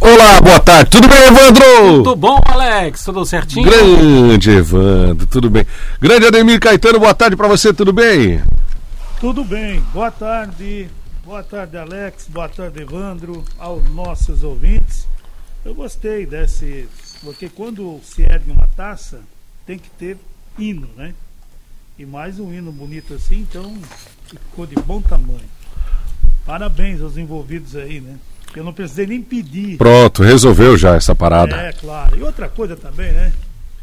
Olá, boa tarde. Tudo bem, Evandro? Tudo bom, Alex? Tudo certinho? Grande, Evandro. Tudo bem. Grande Ademir Caetano, boa tarde para você. Tudo bem? Tudo bem. Boa tarde. Boa tarde, Alex. Boa tarde, Evandro. Aos nossos ouvintes. Eu gostei desse... Porque quando se ergue uma taça, tem que ter hino, né? E mais um hino bonito assim, então ficou de bom tamanho. Parabéns aos envolvidos aí, né? Eu não precisei nem pedir. Pronto, resolveu já essa parada. É, claro. E outra coisa também, né?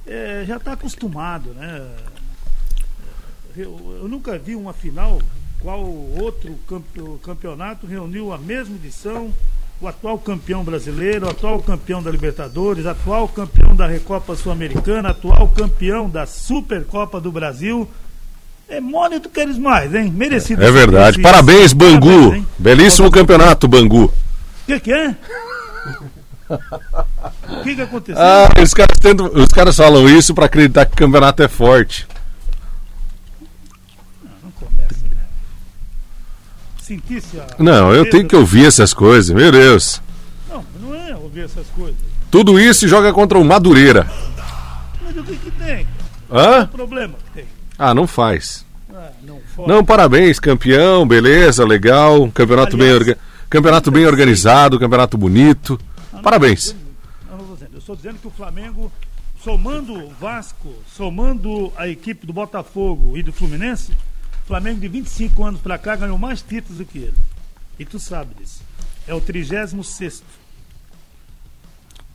É, já está acostumado, né? Eu, eu, nunca vi uma final qual outro campeonato reuniu a mesma edição, o atual campeão brasileiro, o atual campeão da Libertadores, atual campeão da Recopa Sul-Americana, atual campeão da Supercopa do Brasil. É mole do que eles mais, hein? Merecido. É, é verdade. Merecido. Parabéns, Bangu. Parabéns, Belíssimo campeonato, Bangu. O que, que é? O que, que aconteceu? Ah, os caras, tentam, os caras falam isso para acreditar que o campeonato é forte. Não, não começa, né? Sentisse a... Não, eu tenho que ouvir essas coisas, meu Deus. Não, não é ouvir essas coisas. Tudo isso joga contra o Madureira. Mas o que, que tem? Hã? É o problema que tem? Ah, não faz. Ah, não, não, parabéns, campeão, beleza, legal, campeonato Aliás, bem organizado. Campeonato bem organizado, campeonato bonito. Ah, Não, Parabéns. Eu estou dizendo que o Flamengo, somando o Vasco, somando a equipe do Botafogo e do Fluminense, o Flamengo de 25 anos para cá ganhou mais títulos do que ele. E tu sabe disso. É o 36.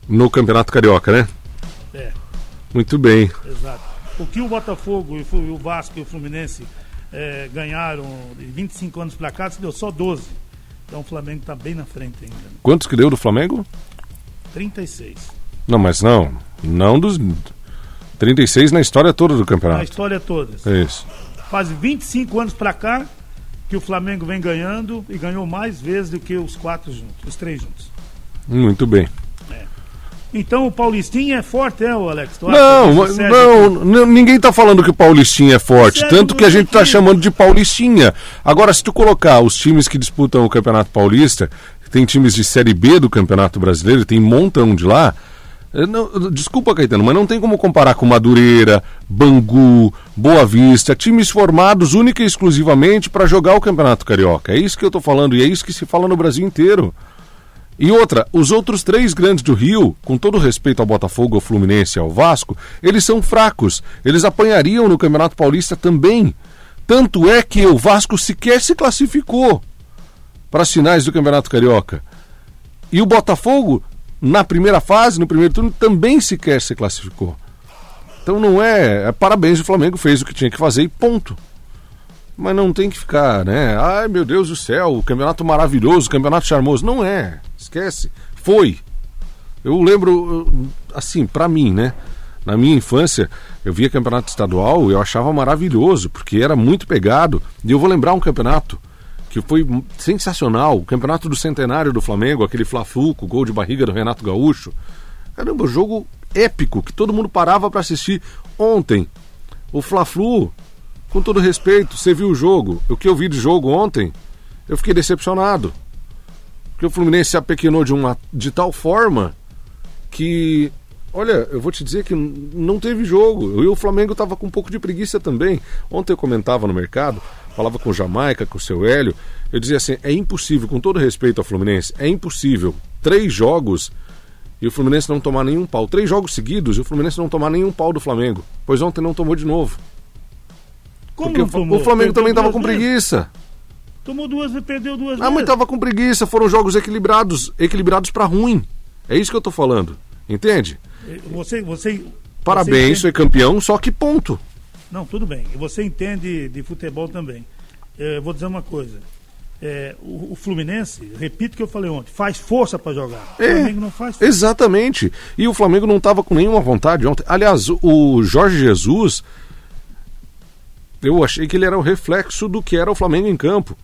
No Campeonato Carioca, né? É. Muito bem. Exato. O que o Botafogo, o Vasco e o Fluminense eh, ganharam de 25 anos para cá, deu só 12. Então o Flamengo está bem na frente ainda. Né? Quantos que deu do Flamengo? 36. Não, mas não. Não dos. 36 na história toda do campeonato. Na história toda. É isso. Faz 25 anos para cá que o Flamengo vem ganhando e ganhou mais vezes do que os quatro juntos, os três juntos. Muito bem. É. Então o Paulistinha é forte, é, o Alex? Tu não, não, não, ninguém está falando que o Paulistinha é forte, Sério, tanto que a gente está chamando de Paulistinha. Agora, se tu colocar os times que disputam o Campeonato Paulista, tem times de Série B do Campeonato Brasileiro, tem um montão de lá. eh, Não, desculpa, Caetano, mas não tem como comparar com Madureira, Bangu, Boa Vista, times formados única e exclusivamente para jogar o Campeonato Carioca. É isso que eu estou falando e é isso que se fala no Brasil inteiro. E outra, os outros três grandes do Rio, com todo respeito ao Botafogo, ao Fluminense e ao Vasco, eles são fracos. Eles apanhariam no Campeonato Paulista também. Tanto é que o Vasco sequer se classificou para as finais do Campeonato Carioca. E o Botafogo, na primeira fase, no primeiro turno, também sequer se classificou. Então não é. é parabéns, o Flamengo fez o que tinha que fazer e ponto mas não tem que ficar, né? Ai, meu Deus do céu, o campeonato maravilhoso, o campeonato charmoso. Não é, esquece. Foi. Eu lembro, assim, para mim, né? Na minha infância, eu via campeonato estadual e eu achava maravilhoso, porque era muito pegado. E eu vou lembrar um campeonato que foi sensacional, o campeonato do centenário do Flamengo, aquele flafuco, gol de barriga do Renato Gaúcho. Caramba, jogo épico que todo mundo parava para assistir ontem. O Fla-Flu com todo respeito, você viu o jogo. O que eu vi de jogo ontem, eu fiquei decepcionado. Porque o Fluminense se apequenou de, uma, de tal forma que, olha, eu vou te dizer que não teve jogo. E o Flamengo estava com um pouco de preguiça também. Ontem eu comentava no mercado, falava com o Jamaica, com o seu Hélio. Eu dizia assim: é impossível, com todo respeito ao Fluminense, é impossível. Três jogos e o Fluminense não tomar nenhum pau. Três jogos seguidos e o Fluminense não tomar nenhum pau do Flamengo. Pois ontem não tomou de novo. Como Porque o Flamengo perdeu também estava com vezes. preguiça. Tomou duas e perdeu duas Ah, mas estava com preguiça. Foram jogos equilibrados equilibrados para ruim. É isso que eu estou falando. Entende? Eh, Você, você, Parabéns, você... foi campeão, só que ponto. Não, tudo bem. E Você entende de futebol também. Eh, vou dizer uma coisa. Eh, o, o Fluminense, repito o que eu falei ontem, faz força para jogar. É. O Flamengo não faz força. Exatamente. E o Flamengo não estava com nenhuma vontade ontem. Aliás, o Jorge Jesus, eu achei que ele era o reflexo do que era o Flamengo em campo.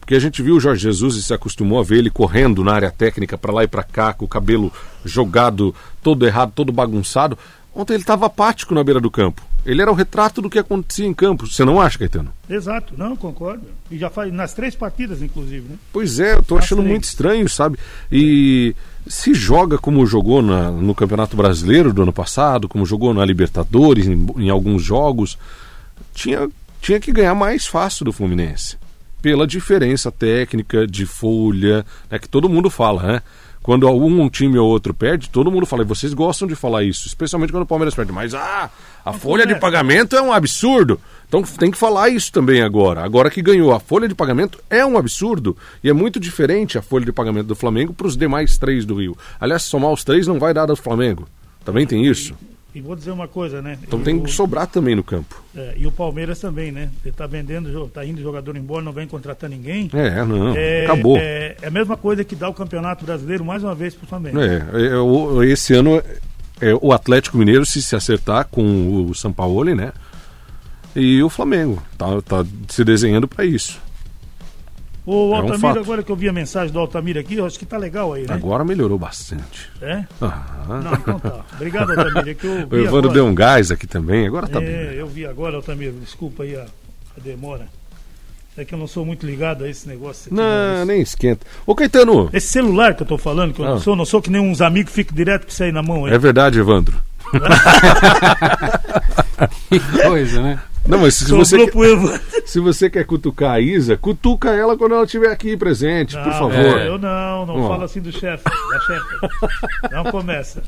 Porque a gente viu o Jorge Jesus e se acostumou a ver ele correndo na área técnica para lá e para cá, com o cabelo jogado todo errado, todo bagunçado. Ontem ele estava apático na beira do campo. Ele era o retrato do que acontecia em campo. Você não acha, Caetano? Exato, não, concordo. E já faz nas três partidas, inclusive, né? Pois é, eu tô achando Bastante. muito estranho, sabe? E se joga como jogou na- no Campeonato Brasileiro do ano passado, como jogou na Libertadores, em, em alguns jogos, tinha, tinha que ganhar mais fácil do Fluminense. Pela diferença técnica, de folha, né, que todo mundo fala, né? Quando um time ou outro perde, todo mundo fala, e vocês gostam de falar isso, especialmente quando o Palmeiras perde. Mas ah, a folha de começa. pagamento é um absurdo. Então tem que falar isso também agora. Agora que ganhou a folha de pagamento é um absurdo. E é muito diferente a folha de pagamento do Flamengo para os demais três do Rio. Aliás, se somar os três não vai dar do Flamengo. Também tem isso. E vou dizer uma coisa, né? Então E tem o- que sobrar também no campo. é, e o Palmeiras também, né? Ele tá vendendo, jo- tá indo jogador embora, não vem contratar ninguém. É, não. É, acabou. É, É, é a mesma coisa que dá o Campeonato Brasileiro mais uma vez pro Flamengo. é, o- esse ano é, o Atlético Mineiro se, se acertar com o São Paulo, né? E o Flamengo. Tá, tá se desenhando para isso. O É um Altamiro, fato. agora que eu vi a mensagem do Altamiro aqui, eu acho que tá legal aí, né? Agora melhorou bastante. É? Aham. Não, então tá. Obrigado, Altamiro. É que eu O vi Evandro agora. deu um gás aqui também, agora tá bem. É, eu vi agora, Altamiro. Desculpa aí a, a demora. É que eu não sou muito ligado a esse negócio. aqui, Não, mas- nem esquenta. Ô Caetano, Esse celular que eu tô falando, que eu Ah. não sou, não sou que nem uns amigos que ficam direto com isso aí na mão. aí. é verdade, Evandro. Que coisa, né? Não, mas se Sobrou você, pro Evandro. se você quer cutucar a Isa, cutuca ela quando ela estiver aqui presente, por Não, é, favor. Ah, Eu não, não Ó. fala assim do chefe, da chefe. Não começa.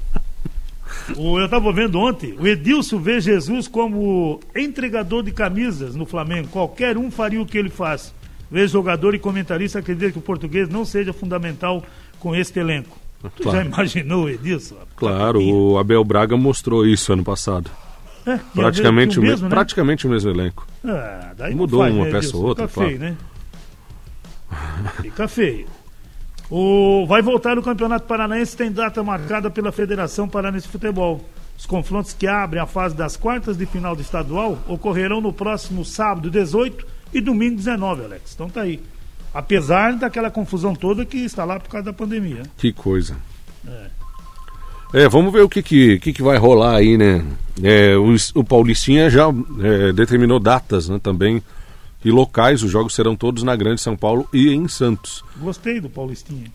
O, eu estava vendo ontem, o Edilson vê Jesus como entregador de camisas no Flamengo. Qualquer um faria o que ele faz. Vê jogador e comentarista acredita que o português não seja fundamental com este elenco. Tu Claro. já imaginou, o Edilson? Claro, E- o Abel Braga mostrou isso ano passado. é, Praticamente e o, o me- mesmo, né? praticamente o mesmo elenco. Ah, daí Mudou não faz, uma né, peça Edilson? ou outra, Fica claro. feio, né? Fica feio. O... Vai voltar o Campeonato Paranaense, tem data marcada pela Federação Paranaense de Futebol. Os confrontos que abrem a fase das quartas de final do estadual ocorrerão no próximo sábado, 18, e domingo, 19, Alex. Então tá aí. Apesar daquela confusão toda que está lá por causa da pandemia. Que coisa. É, vamos ver o que, que, que, que vai rolar aí, né? É, o, es- o Paulistinha já é, determinou datas né, também e locais. Os jogos serão todos na Grande São Paulo e em Santos. Gostei do Paulistinha.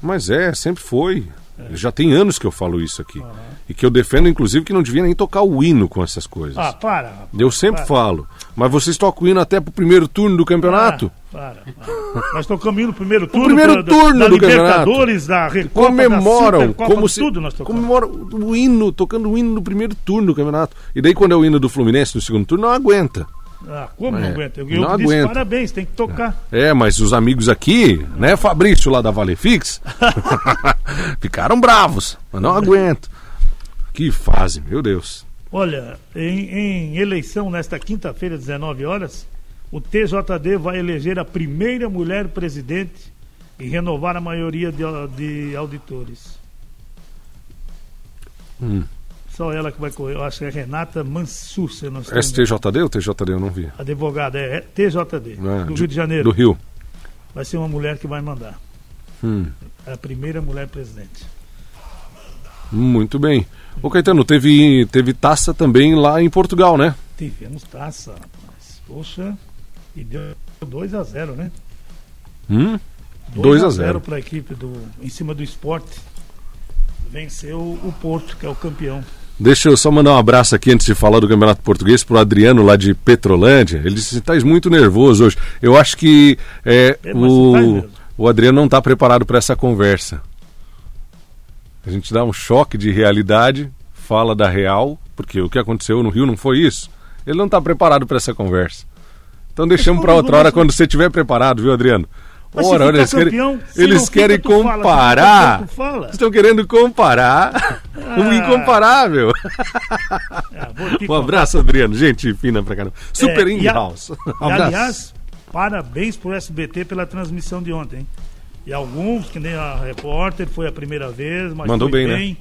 Mas é, sempre foi. Já tem anos que eu falo isso aqui. E que eu defendo, inclusive, que não devia nem tocar o hino com essas coisas. Ah, para. rapaz. eu sempre para. falo. Mas vocês tocam o hino até pro primeiro turno do campeonato? Para, para. Nós tocamos indo no primeiro turno. primeiro da- turno da, do Libertadores, da Recopa, comemoram da Supercopa, como de se tudo nós tocamos. comemoram o hino, tocando o hino no primeiro turno do campeonato. E daí quando é o hino do Fluminense no segundo turno, não aguenta. Ah, como não É, aguenta? Eu, não eu disse aguenta. parabéns, tem que tocar. É, mas os amigos aqui, né, Fabrício lá da Valefix, ficaram bravos, mas não aguento. Que fase, meu Deus. Olha, em, em eleição nesta quinta-feira, 19 horas, o TJD vai eleger a primeira mulher presidente e renovar a maioria de, au- de auditores. Hum. Só ela que vai correr, eu acho que é Renata Mansur, se eu não estou enganado. STJD ou TJD eu não vi. Advogada, é TJD, É, do Rio de Janeiro. Do Rio. Vai ser uma mulher que vai mandar. Hum. É a primeira mulher presidente. Muito bem. Ô Caetano, teve, teve taça também lá em Portugal, né? Tivemos taça, rapaz. Poxa, e deu 2 a 0 né? Hum? 2 2 a 0. zero para a equipe do em cima do esporte. Venceu o Porto, que é o campeão. Deixa eu só mandar um abraço aqui antes de falar do Campeonato Português pro Adriano lá de Petrolândia. Ele disse: "Tá muito nervoso hoje". Eu acho que é, É, mas você tá o, mesmo. o Adriano não está preparado para essa conversa. A gente dá um choque de realidade, fala da real, porque o que aconteceu no Rio não foi isso. Ele tá não está preparado para essa conversa. Então deixamos para como outra hora você- quando você estiver preparado, viu, Adriano? Mas se Ora, olha, ficar eles querem, campeão, se não eles fica, querem tu fala, se não fica, comparar. tu fala. Vocês estão querendo comparar o Ah. incomparável. É, vou te Um abraço, Adriano. Gente fina pra caramba. Super É, Indie e a- House. Um E, abraço. aliás, parabéns pro SBT pela transmissão de ontem. hein? E alguns, que nem a repórter, foi a primeira vez, mas Mandou foi bem, né?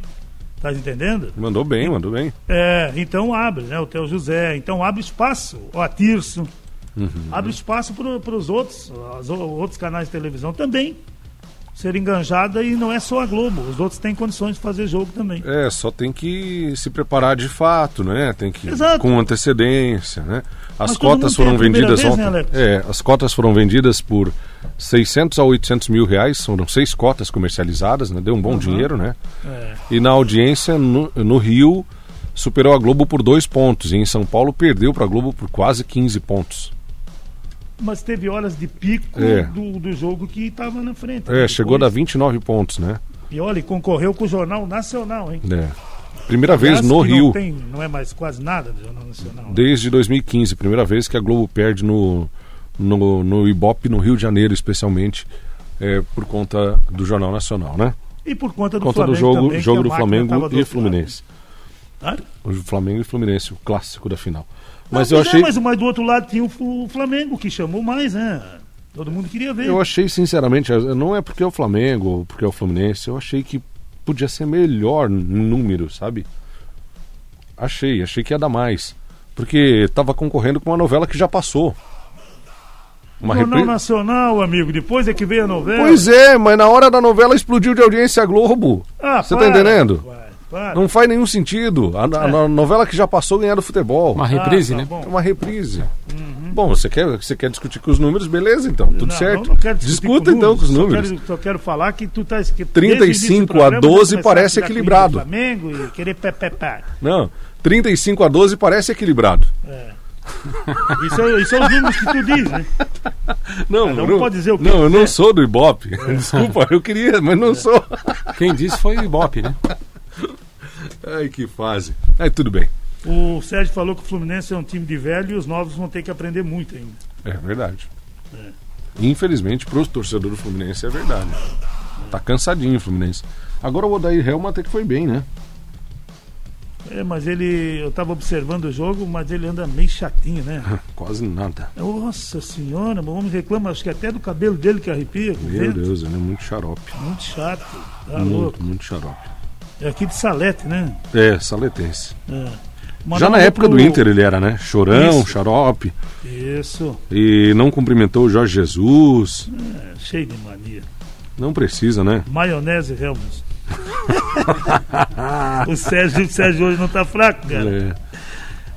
Tá entendendo? Mandou bem, mandou bem. É, então abre, né? O Theo José. Então abre espaço. Ó, a Tirso. Uhum. Abre espaço para os outros, as o- outros canais de televisão também ser enganjada e não é só a Globo. Os outros têm condições de fazer jogo também. É, só tem que se preparar de fato, né? Tem que Exato. com antecedência, né? As Mas cotas todo mundo tem a foram primeira vendidas vez, ontem. né, Alex? é, as cotas foram vendidas por 600 a 800 mil reais. Foram seis cotas comercializadas, né? Deu um bom dinheiro, né? É. E na audiência no, no Rio superou a Globo por dois pontos e em São Paulo perdeu para a Globo por quase 15 pontos. Mas teve horas de pico É. do, do jogo que estava na frente. É, chegou a dar da 29 pontos, né? E olha, e concorreu com o Jornal Nacional, hein? É. Primeira vez Aliás, no que Rio. Não, tem, não é mais quase nada do Jornal Nacional. né? desde 2015, primeira vez que a Globo perde no, no, no Ibope, no Rio de Janeiro, especialmente, é, por conta do Jornal Nacional, né? E por conta do Por conta Flamengo do jogo, também, que jogo a do máquina tava Flamengo do e outro lado. Fluminense. Ah? O Flamengo e Fluminense, o clássico da final. Mas Não, eu é, achei. mas, mas do outro lado tinha o Flu- o Flamengo, que chamou mais, né? Todo mundo queria ver. Eu achei, sinceramente, não é porque é o Flamengo ou porque é o Fluminense, eu achei que podia ser melhor n- número, sabe? Achei, achei que ia dar mais. Porque tava concorrendo com uma novela que já passou. Uma Jornal repri- Nacional, amigo, depois é que veio a novela. Pois é, mas na hora da novela explodiu de audiência a Globo. Ah, Você tá para, É. entendendo? rapaz, para. Não faz nenhum sentido. A, a- a novela que já passou ganhar do futebol. Uma Ah, reprise, tá né? bom. Uhum. É uma reprise. Bom, você quer, você quer discutir com os números? Beleza, então. Tudo Não, certo. eu não quero discutir Discuta com então com os só números. Quero, só quero falar que tu tá esque- 35 desde o início do a programa, 12 começar a parece tirar comida do equilibrado. Flamengo e querer pé, pé, pé. Não, 35 a 12 parece equilibrado. Isso, é- isso é os números que tu diz, né? Não, Cada um eu não pode dizer o que É. Não, eu não sou do Ibope. Desculpa, eu queria, mas não sou. Quem disse foi o Ibope, né? Ai, que fase. Aí tudo bem. O Sérgio falou que o Fluminense é um time de velho e os novos vão ter que aprender muito ainda. É verdade. É. Infelizmente, para o torcedor do Fluminense é verdade. Tá cansadinho o Fluminense. Agora o Odair Helma até que foi bem, né? É, mas ele. Eu tava observando o jogo, mas ele anda meio chatinho, né? Quase nada. Nossa senhora, o homem reclama, acho que até do cabelo dele que arrepia com o Meu vento. Deus, ele é muito xarope. Muito chato. Tá louco. Muito, muito xarope. É aqui de Salete, né? É, saletense. É. Mandar Já na um época pro- do Inter ele era, né? Chorão, Isso. xarope. Isso, E não cumprimentou o Jorge Jesus. é, cheio de mania. Não precisa, né? Maionese Helmut. o, Sérgio, o Sérgio hoje não tá fraco, cara. É.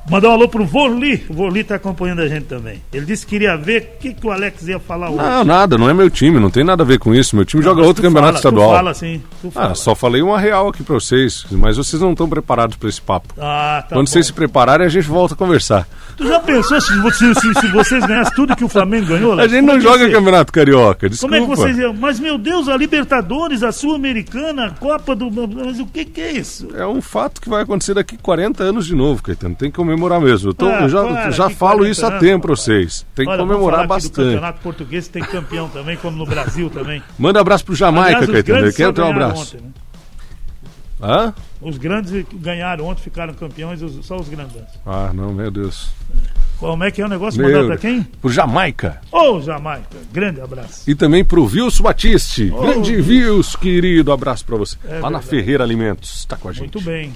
Mandar um alô pro Vorli. O Vorli tá acompanhando a gente também. Ele disse que queria ver o que, que o Alex ia falar hoje. Não, nada, não é meu time, não tem nada a ver com isso. Meu time joga Mas outro tu campeonato fala, estadual. Tu fala assim, tu fala. Ah, só falei uma real aqui pra vocês, mas vocês não estão preparados pra esse papo. Ah, tá Quando bom. vocês se prepararem, a gente volta a conversar. Tu já pensou se, você- se- se vocês ganhassem tudo que o Flamengo ganhou? A Alex? gente não Como é que joga ia ser? Campeonato Carioca, desculpa. Como é que vocês iam? Mas, meu Deus, a Libertadores, a Sul-Americana, a Copa do... Mas o que que é isso? É um fato que vai acontecer daqui 40 anos de novo, Caetano. Tem que comemorar mesmo. Eu, tô- Ah, eu já, para, já que falo 40 isso há anos, tempo pra rapaz. vocês. Tem que Olha, vamos comemorar falar aqui Do bastante. campeonato português tem campeão também, como no Brasil também. Manda abraço pro Jamaica, Aliás, os Caetano. Eu grandes só quero ter um ganharam abraço. ontem, né? Hã? Os grandes ganharam ontem, ficaram campeões, os- só os grandões. Ah, não, meu Deus. Como é que é o negócio? Meu Mandar Deus. pra quem? Pro Jamaica. Ô, Jamaica, grande abraço. E também pro Vilso Batiste. Grande Vilso. Vils, querido. Abraço pra você. Lá na É verdade. Ferreira Alimentos. Tá com a gente. Muito bem.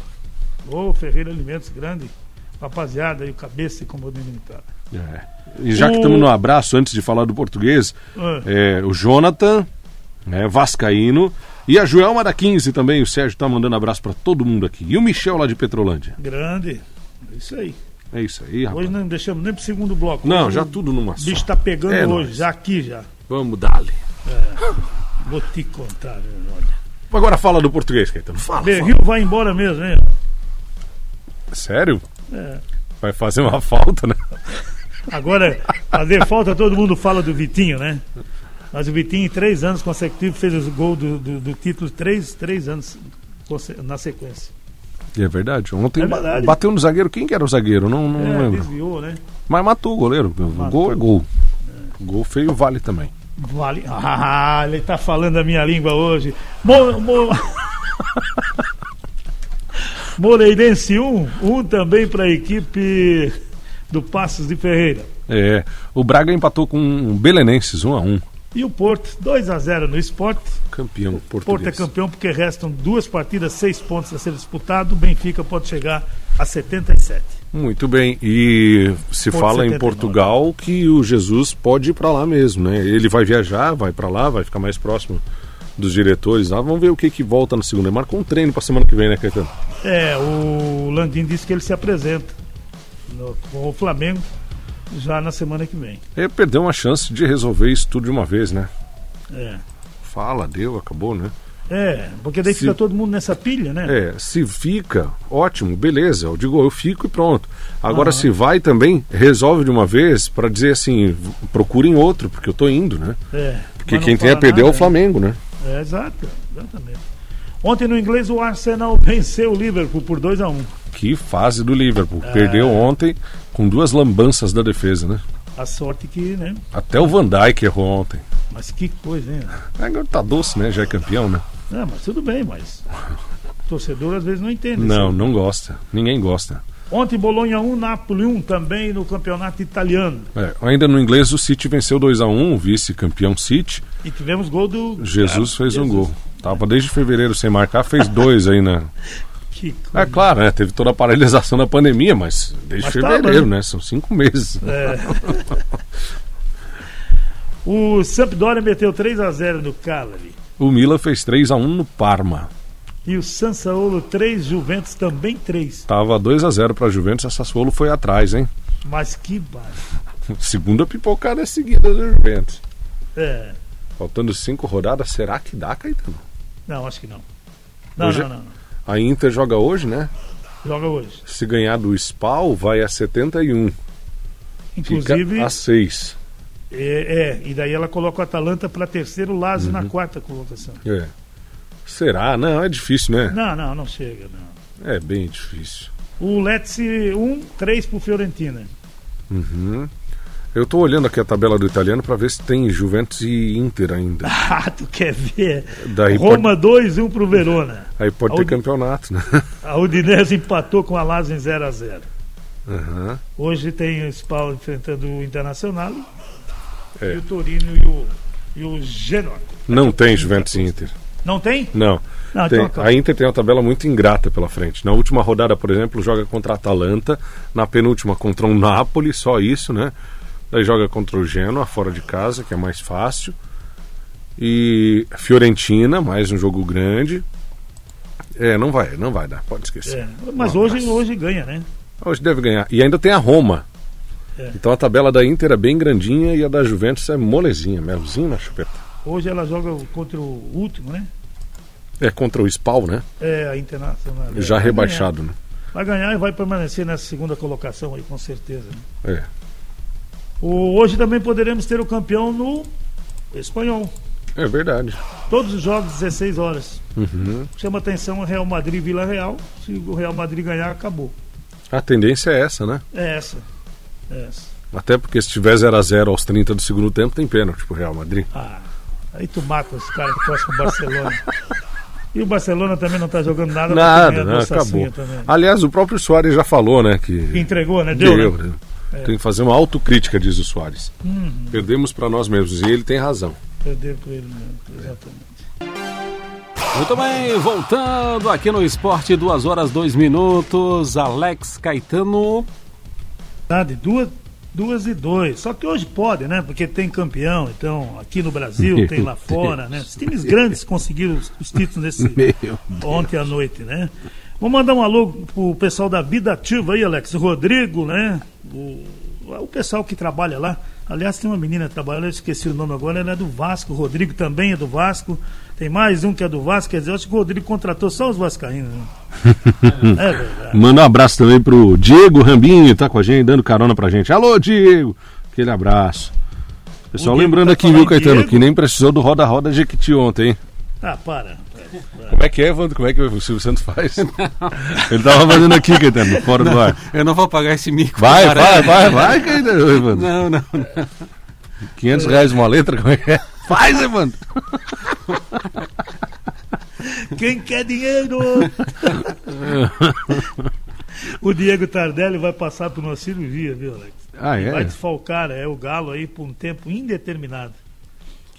Ô, Ferreira Alimentos, grande. Rapaziada, e o cabeça, como eu militar. É. E já que O- estamos no abraço, antes de falar do português, Ah. é, o Jonathan, né, Vascaíno, e a Joelma da 15 também, o Sérgio tá mandando abraço para todo mundo aqui. E o Michel lá de Petrolândia. Grande. É isso aí. É isso aí, rapaz. Hoje não deixamos nem pro segundo bloco. Não, Hoje já o tudo numa só. bicho tá pegando É hoje, nóis. já aqui já. Vamos dali. Vou te contar, meu olha. Agora fala do português, Caetano. Fala. Berril vai embora mesmo, hein? fala. Sério? É. Vai fazer uma falta, né? Agora, fazer falta, todo mundo fala do Vitinho, né? Mas o Vitinho, em três anos consecutivos, fez os gols do, do, do título, três, três anos conse- na sequência. É verdade. Ontem É verdade. bateu no zagueiro. Quem que era o zagueiro? Não, não É, lembro. desviou, né? Mas matou o goleiro. O gol é gol. Gol feio vale também. Vale. Ah, ele tá falando a minha língua hoje. Mo... Mo... Moreirense 1, 1 também para a equipe do Passos de Ferreira. É, o Braga empatou com o Belenenses 1 a 1 E o Porto, 2 a 0 no esporte. Campeão português. Porto é campeão porque restam duas partidas, seis pontos a ser disputado. O Benfica pode chegar a 77. Muito bem. E se Porto fala em 79. Portugal que o Jesus pode ir para lá mesmo, né? Ele vai viajar, vai para lá, vai ficar mais próximo dos diretores lá. Vamos ver o que que volta na segunda. Marca um treino para semana que vem, né, Caetano? É, o Landim disse que ele se apresenta no- com o Flamengo já na semana que vem. É, perdeu uma chance de resolver isso tudo de uma vez, né? É, Fala, deu, acabou, né? é porque daí Se- fica todo mundo nessa pilha, né? É, se fica, ótimo, beleza. Eu digo, eu fico e pronto. Agora, se vai também, resolve de uma vez para dizer assim, v- procurem outro, porque eu tô indo, né? É, Porque mas não quem tem a fala perder é o nada, né? Flamengo, né? É, exato, exatamente. Ontem no inglês o Arsenal venceu o Liverpool por 2 a 1 Que fase do Liverpool. É. Perdeu ontem com duas lambanças da defesa, né? A sorte que, né? Até o Van Dijk errou ontem. Mas que coisa, hein? Agora tá doce, né? Já é campeão, né? Não, mas tudo bem, mas o torcedor às vezes não entende. Não, isso. não gosta. Ninguém gosta. Ontem Bolonha 1, Napoli 1 também no campeonato italiano. É, ainda no inglês, o City venceu 2 a 1 o vice-campeão City. E tivemos gol do. Jesus Ah, fez um Jesus. gol. Tava desde fevereiro sem marcar, fez dois aí na. Que É coisa. claro, né? Teve toda a paralisação da pandemia, mas desde Uhum. Mas tá fevereiro, bem. né? São cinco meses. É. o Sampdoria meteu 3 a 0 no Cagliari. O Milan fez 3 a 1 no Parma. E o Sansaolo 3, Juventus também 3. Tava 2 a 0 para Juventus, a Sassuolo foi atrás, hein? Mas que base. Segunda pipocada seguida do Juventus. É. Faltando cinco rodadas, será que dá, Caetano? Não, acho que não. Não, Hoje- é- não, não, não. A Inter joga hoje, né? Joga hoje. Se ganhar do Spal, vai a 71. Fica Inclusive, a 6. é, é, e daí ela coloca o Atalanta para terceiro, o Lazio na Uhum. quarta colocação. É. Será? Não, é difícil, né? Não, não, não chega, não. É bem difícil. O Letzi 1, 3 pro Fiorentina. Eu tô olhando aqui a tabela do italiano para ver se tem Juventus e Inter ainda. Ah, tu quer ver? Daí Roma 2, 1 pro Verona. Aí pode Aonde- ter campeonato, né? A Udinese empatou com a Lazio em 0 a 0 Aham. Hoje tem o Spal enfrentando o Internacional É. e o Torino e o, e o Genoa. Não tem Juventus e Inter. Não tem? Não. Não, Tem. então acaba. A Inter tem uma tabela muito ingrata pela frente. Na última rodada, por exemplo, joga contra a Atalanta. Na penúltima, contra o Napoli, só isso, né? Daí joga contra o Genoa, fora de casa, que é mais fácil. E Fiorentina, mais um jogo grande. É, não vai, não vai dar, pode esquecer. É, mas Não, hoje, hoje ganha, né? Hoje deve ganhar. E ainda tem a Roma. É. Então a tabela da Inter é bem grandinha e a da Juventus é molezinha, melzinha na chupeta. Hoje ela joga contra o último, né? É contra o Spal, né? É, a Internacional. Já Vai rebaixado, né? ganhar. Vai ganhar e vai permanecer nessa segunda colocação aí, com certeza. né? É. O, hoje também poderemos ter o campeão no espanhol. É verdade. Todos os jogos, 16 horas. Uhum. Chama atenção o Real Madrid e Vila Real. Se o Real Madrid ganhar, acabou. A tendência é essa, né? É essa. É essa. Até porque se tiver 0 a 0 aos 30 do segundo tempo, tem pênalti pro Real Madrid. Ah, aí tu mata os caras que torcem com o Barcelona. E o Barcelona também não tá jogando nada. mas também Nada, é né? doçacinha acabou. também. Aliás, o próprio Soares já falou, né, Que que entregou, né? Deu, né? né? Tem que fazer uma autocrítica, diz o Soares. Uhum. Perdemos pra nós mesmos e ele tem razão. Perdeu pra ele mesmo, exatamente. Muito bem, voltando aqui no Esporte, 2 horas 2 minutos. Alex Caetano. Nada, e Tá, duas, duas e dois. Só que hoje pode, né? Porque tem campeão, então, aqui no Brasil, Meu tem lá Deus. fora, né? Os times grandes conseguiram os, os títulos nesse, ontem à noite, né? Vou mandar um alô pro pessoal da Vida Ativa aí, Alex. O Rodrigo, né? O, é o pessoal que trabalha lá. Aliás, tem uma menina que trabalha, lá, eu esqueci o nome agora, ela é do Vasco. O Rodrigo também é do Vasco. Tem mais um que é do Vasco, quer dizer, eu acho que o Rodrigo contratou só os Vascaínos. né? é verdade. Manda um abraço também pro Diego Rambinho, tá com a gente, dando carona pra gente. Alô, Diego! Aquele abraço. Pessoal, O Diego lembrando tá aqui, viu, falando, Caetano, Diego? que nem precisou do Roda Roda Jequiti ontem, hein? Ah, para. Como é que é, Evandro? Como é que o Silvio Santos faz? Ele tava fazendo aqui, Caetano, fora do ar. Eu não vou pagar esse mico. Vai, cara. vai, vai, vai, Caetano, Evandro. Não, não, não. 500 reais uma letra, como é que é? Faz, Evandro! Quem quer dinheiro? o Diego Tardelli vai passar por uma cirurgia, viu, Alex? Ah, Vai é? desfalcar é, o Galo aí por um tempo indeterminado.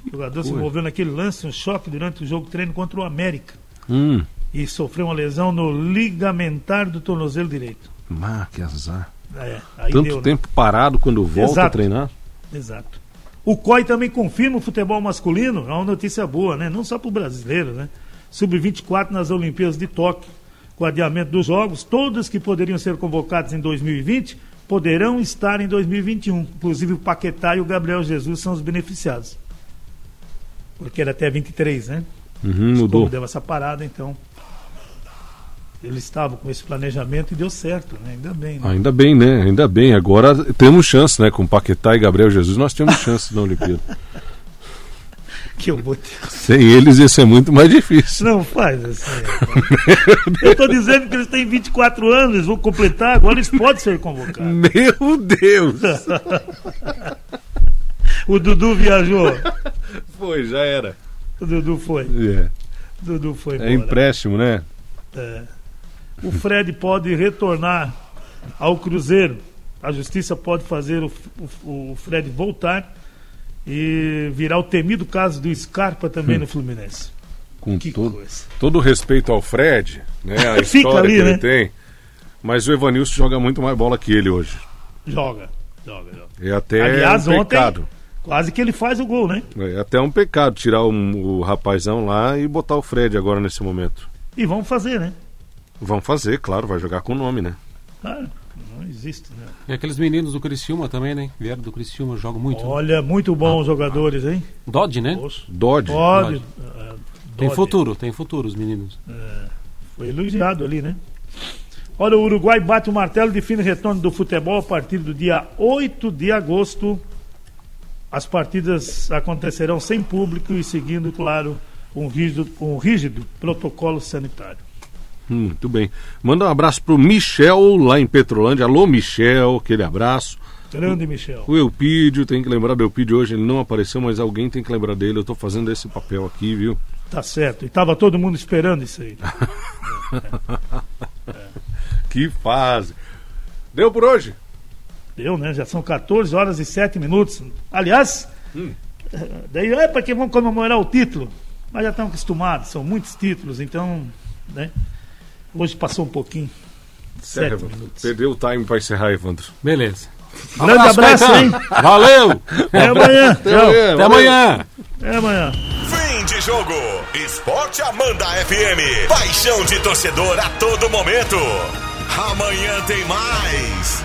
O jogador se envolveu naquele lance, um choque durante o jogo de treino contra o América. Hum, E sofreu uma lesão no ligamentar do tornozelo direito. ah, que azar. É, aí Tanto deu, né? tempo parado quando volta a Exato. treinar. Exato. O COI também confirma o futebol masculino, é uma notícia boa, né? Não só para o brasileiro, né? Sub-24 nas Olimpíadas de Tóquio. Com o adiamento dos jogos, todos que poderiam ser convocados em 2020 poderão estar em 2021. Inclusive o Paquetá e o Gabriel Jesus são os beneficiados. Porque era até 23, né? Uhum, Como mudou. deu essa parada, então. Eles estavam com esse planejamento e deu certo, né? Ainda bem, né? Ainda bem, né? Ainda bem. Agora temos chance, né? Com Paquetá e Gabriel Jesus, nós temos chance na Olimpíada. Que eu vou ter. Sem eles ia ser muito mais difícil. Não faz assim. Eu tô dizendo que eles têm 24 anos, eles vão completar, agora eles podem ser convocados. Meu Deus! O Dudu viajou. Foi, já era. O Dudu foi. É, O Dudu foi É embora. empréstimo, né? É. O Fred pode retornar ao Cruzeiro. A justiça pode fazer o, o- o Fred voltar e virar o temido caso do Scarpa também Hum. no Fluminense. Com Que todo, coisa. todo respeito ao Fred, né? A Fica história ali, que ele né? tem. Mas o Evanilson joga muito mais bola que ele hoje. Joga, joga, joga. É até Aliás, um ontem- pecado. Quase que ele faz o gol, né? É até um pecado tirar um- o rapazão lá e botar o Fred agora nesse momento. E vamos fazer, né? Vão fazer, claro, vai jogar com o nome, né? Ah, não existe, né? E aqueles meninos do Criciúma também, né? Vieram do Criciúma, jogam muito. Olha, muito bons jogadores, hein? Dodge, né? Dodge. Pode. Dodge. ah, Tem Dodge. futuro, tem futuro os meninos. Foi elogiado ali, né? Olha, o Uruguai bate o martelo de fim de retorno do futebol a partir do dia 8 de agosto. As partidas acontecerão sem público e seguindo, claro, um rígido, um rígido protocolo sanitário. Hum, muito bem. Manda um abraço pro Michel lá em Petrolândia. Alô, Michel, aquele abraço. Grande Michel. O Eupídio, tem que lembrar do Eupídio hoje, ele não apareceu, mas alguém tem que lembrar dele. Eu tô fazendo esse papel aqui, viu? Tá certo. E tava todo mundo esperando isso aí. tá? Que fase. Deu por hoje? Deu, né? Já são 14 horas e 7 minutos. Aliás, eh, daí é para que vão comemorar o título. Mas já estão acostumados, são muitos títulos, então, né? Hoje passou um pouquinho. Serra, Sete Evandro. minutos. Perdeu o time pra encerrar, Evandro. Beleza. Grande abraço, hein? Valeu! Até amanhã. Tchau. Até amanhã! Até amanhã. Fim de jogo. Esporte Amanda FM. Paixão de torcedor a todo momento. Amanhã tem mais.